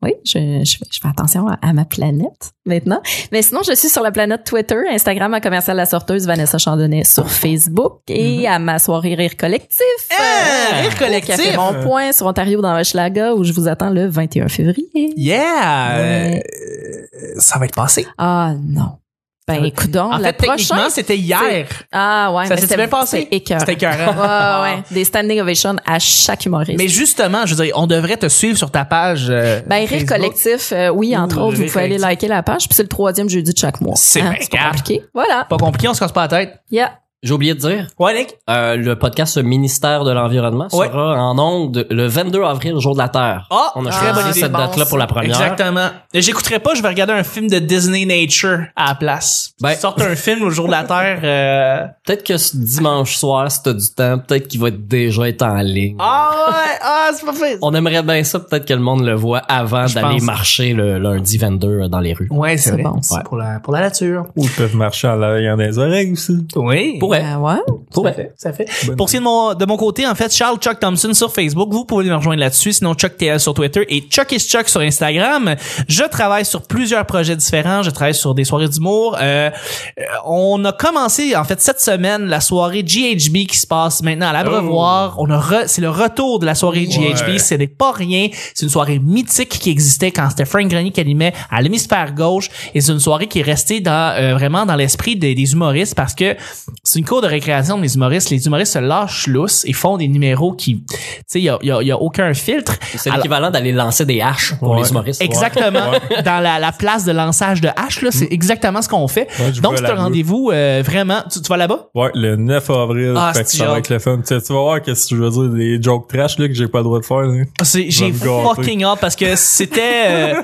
Speaker 4: Oui, je, je, fais- je fais attention à, à ma planète maintenant. Mais sinon, je suis sur la planète Twitter, Instagram à commercial la sorteuse Vanessa Chandonnet sur Facebook et à ma soirée rire collectif.
Speaker 2: Mm-hmm.
Speaker 4: Euh,
Speaker 2: Ah, Rire collectif!
Speaker 4: Au Café Bon Point sur Ontario dans Hochelaga où je vous attends le 21 février.
Speaker 2: Yeah!
Speaker 4: Ouais.
Speaker 2: Euh, ça va être passé.
Speaker 4: Ah non. Ben
Speaker 2: Ouais.
Speaker 4: écoute donc,
Speaker 2: en
Speaker 4: la
Speaker 2: fait, techniquement,
Speaker 4: prochaine.
Speaker 2: c'était hier.
Speaker 4: Ah ouais,
Speaker 2: Ça
Speaker 4: mais
Speaker 2: s'est
Speaker 4: c'est-
Speaker 2: bien passé?
Speaker 4: c'est écœurant.
Speaker 2: C'était écœurant.
Speaker 4: Ouais, ouais. Des standing ovations à chaque humoriste.
Speaker 2: Mais justement, je veux dire, on devrait te suivre sur ta page. euh,
Speaker 4: Ben, Rire
Speaker 2: Facebook.
Speaker 4: Collectif, euh, oui, entre
Speaker 2: Ouh,
Speaker 4: autres, vous
Speaker 2: Rire
Speaker 4: pouvez aller
Speaker 2: Collectif.
Speaker 4: liker la page, puis c'est le troisième jeudi de chaque mois. Hein,
Speaker 2: C'est bien
Speaker 4: c'est pas
Speaker 2: grave.
Speaker 4: compliqué. Voilà.
Speaker 2: Pas compliqué, on se casse pas la tête.
Speaker 4: Yeah.
Speaker 1: J'ai oublié de dire,
Speaker 2: Ouais, Nick?
Speaker 1: euh, le podcast Ministère de l'Environnement
Speaker 2: Ouais.
Speaker 1: sera en ondes le 22 avril, jour de la Terre.
Speaker 2: Ah,
Speaker 1: On a
Speaker 2: très bonne
Speaker 1: choisi
Speaker 2: idée.
Speaker 1: cette
Speaker 4: bon,
Speaker 1: date-là pour la première.
Speaker 2: Exactement. J'écouterai pas, je vais regarder un film de Disney Nature à la place.
Speaker 1: Ben-
Speaker 2: Ils sortent un film au jour de la Terre. euh,
Speaker 1: Peut-être que ce dimanche soir, si t'as du temps, peut-être qu'il va déjà être en ligne.
Speaker 2: Ah ouais, ah, c'est pas fait.
Speaker 1: On aimerait bien ça, peut-être que le monde le voit avant
Speaker 2: Je
Speaker 1: d'aller
Speaker 2: pense.
Speaker 1: marcher le lundi 22 dans les rues.
Speaker 2: Ouais,
Speaker 4: C'est
Speaker 2: c'est
Speaker 4: bon,
Speaker 2: bon.
Speaker 4: ça.
Speaker 2: Pour, la, pour la nature.
Speaker 3: Ou ils peuvent marcher en l'ayant des oreilles aussi.
Speaker 2: Oui.
Speaker 1: Pour elle.
Speaker 4: Ben ouais.
Speaker 1: Pour
Speaker 2: Ça
Speaker 1: elle.
Speaker 2: fait, ça fait.
Speaker 3: Bonne
Speaker 2: Pour ce qui est de mon, de mon côté, en fait, Charles Chuck Thompson sur Facebook, vous pouvez me rejoindre là-dessus, sinon Chuck TL sur Twitter et Chuck is Chuck sur Instagram. Je travaille sur plusieurs projets différents, je travaille sur des soirées d'humour. Euh, euh, on a commencé, en fait, cette semaine, la soirée GHB qui se passe maintenant à l'Abreuvoir. On a re- c'est le retour de la soirée GHB,
Speaker 3: Ouais.
Speaker 2: ce n'est pas rien. C'est une soirée mythique qui existait quand c'était Frank Grenier qui animait à l'hémisphère gauche. Et c'est une soirée qui est restée dans, euh, vraiment dans l'esprit des, des humoristes parce que c'est une cour de récréation des humoristes. Les humoristes se lâchent lousse et font des numéros qui, tu sais, il y a, y a- y a aucun filtre.
Speaker 1: C'est
Speaker 2: Alors-
Speaker 1: l'équivalent d'aller lancer des haches pour
Speaker 3: Ouais.
Speaker 1: les humoristes.
Speaker 2: Exactement. Dans la, la place de lançage de hache, là, c'est exactement ce qu'on fait.
Speaker 3: Mm. Ouais, je
Speaker 2: Donc,
Speaker 3: vais
Speaker 2: c'est un
Speaker 3: là-bas.
Speaker 2: rendez-vous euh, vraiment. Tu, tu vas là-bas?
Speaker 3: Ouais, le 9 avril,
Speaker 2: Ah,
Speaker 3: fait que
Speaker 2: c'est
Speaker 3: ça
Speaker 2: genre.
Speaker 3: va être le fun. Tu, sais, tu vas voir qu'est-ce que je veux dire, des jokes trash là, que j'ai pas le droit de faire. là.
Speaker 2: Ah, C'est-
Speaker 3: Je
Speaker 2: J'ai
Speaker 3: vais me gâter.
Speaker 2: fucking hâte parce que c'était. euh,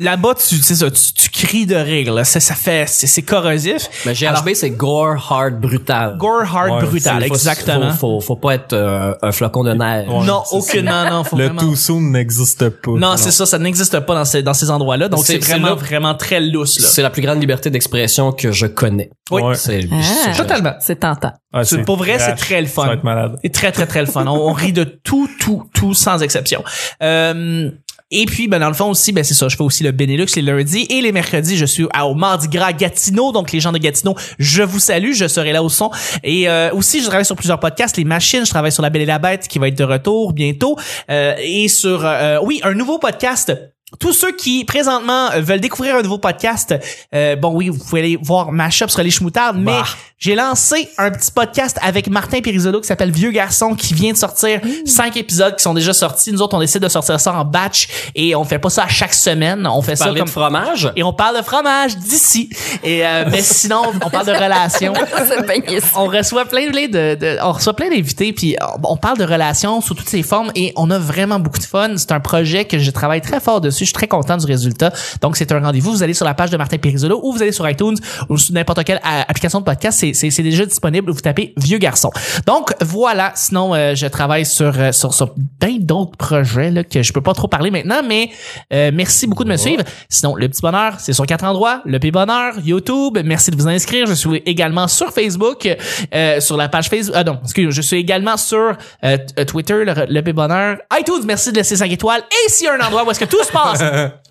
Speaker 2: Là-bas, tu, c'est ça, tu, tu cries de rire, là. Ça, ça fait, c'est, c'est corrosif.
Speaker 1: Mais
Speaker 2: Alors-
Speaker 1: GHB, c'est gore, hard, brutal.
Speaker 2: Gore hard
Speaker 3: Ouais,
Speaker 2: brutal,
Speaker 1: Faut-
Speaker 2: exactement.
Speaker 1: Faut, faut, faut pas être euh, un flocon de neige.
Speaker 3: Ouais.
Speaker 2: non,
Speaker 3: c'est
Speaker 2: aucunement, non, faut
Speaker 3: Le
Speaker 2: vraiment.
Speaker 3: too soon n'existe pas.
Speaker 2: Non, c'est ça, ça n'existe pas dans ces, dans ces endroits-là. Donc, c'est,
Speaker 1: C'est-
Speaker 2: vraiment,
Speaker 1: c'est là-
Speaker 2: vraiment très lousse, là.
Speaker 1: C'est la plus grande liberté d'expression que je connais.
Speaker 2: Oui.
Speaker 3: Ouais.
Speaker 1: C'est
Speaker 4: Ah.
Speaker 1: c'est-
Speaker 2: Totalement.
Speaker 4: C'est tentant.
Speaker 3: Ah,
Speaker 2: C'est- pour vrai, c'est
Speaker 3: trash.
Speaker 2: très le
Speaker 3: Ça va
Speaker 2: fun.
Speaker 3: être malade.
Speaker 2: C'est très, très, très le fun. On, on rit de tout, tout, tout, sans exception. Euh, et puis, ben, dans le fond aussi, ben, c'est ça. Je fais aussi le Benelux les lundis et les mercredis. Je suis à- au Mardi Gras à Gatineau. Donc, les gens de Gatineau, je vous salue. Je serai là au son. Et euh, aussi, je travaille sur plusieurs podcasts. Les machines, je travaille sur La Belle et la Bête qui va être de retour bientôt. Euh, et sur, euh, oui, un nouveau podcast. Tous ceux qui présentement euh, veulent découvrir un nouveau podcast, euh, bon oui, vous pouvez aller voir Mashup sur les Schmoutards, mais
Speaker 1: Bah.
Speaker 2: j'ai lancé un petit podcast avec Martin Pirisolo qui s'appelle Vieux Garçon qui vient de sortir
Speaker 1: Mmh.
Speaker 2: cinq épisodes qui sont déjà sortis. Nous autres, on essaie de sortir ça en batch et on fait pas ça à chaque semaine. On fait ça
Speaker 1: Parler
Speaker 2: comme
Speaker 1: de fromage.
Speaker 2: et on parle de fromage d'ici. Et euh, mais sinon, on parle de relations.
Speaker 4: c'est bien yes.
Speaker 2: On reçoit plein plein de, de- on reçoit plein d'invités puis on- on parle de relations sous toutes ses formes et on a vraiment beaucoup de fun. C'est un projet que je travaille très fort dessus. Je suis très content du résultat. Donc c'est un rendez-vous. Vous allez sur la page de Martin Périsolo ou vous allez sur iTunes ou sur n'importe quelle euh, application de podcast. C'est- C'est c'est déjà disponible. Vous tapez vieux garçon. Donc voilà. Sinon euh, je travaille sur euh, sur sur plein d'autres projets là que je peux pas trop parler maintenant. Mais euh, merci beaucoup de me suivre. Sinon le petit bonheur c'est sur quatre endroits. Le petit bonheur YouTube. Merci de vous inscrire. Je suis également sur Facebook euh, sur la page Facebook. Ah non, excusez, je suis également sur euh, t- euh, Twitter, le, le Bébonheur. iTunes, merci de laisser 5 étoiles. Et s'il y a un endroit où est-ce que tout se passe,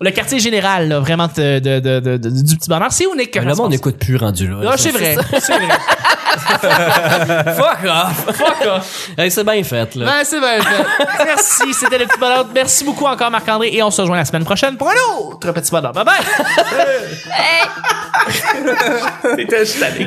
Speaker 2: le quartier général, là, vraiment de, de- de- de- de- du petit bonheur, c'est unique.
Speaker 1: Mais
Speaker 2: comment
Speaker 1: le
Speaker 2: ça
Speaker 1: monde
Speaker 2: se
Speaker 1: n'écoute plus rendu là.
Speaker 2: passe. Ah, c'est vrai, c'est vrai.
Speaker 1: Fuck off. Fuck off. Hey, c'est bien fait, là.
Speaker 2: Ouais, Ben, c'est vrai. c'est- Merci, c'était le petit bonheur. Merci beaucoup encore Marc-André et on se rejoint la semaine prochaine pour un autre petit bonheur. Bye bye. C'était juste allé.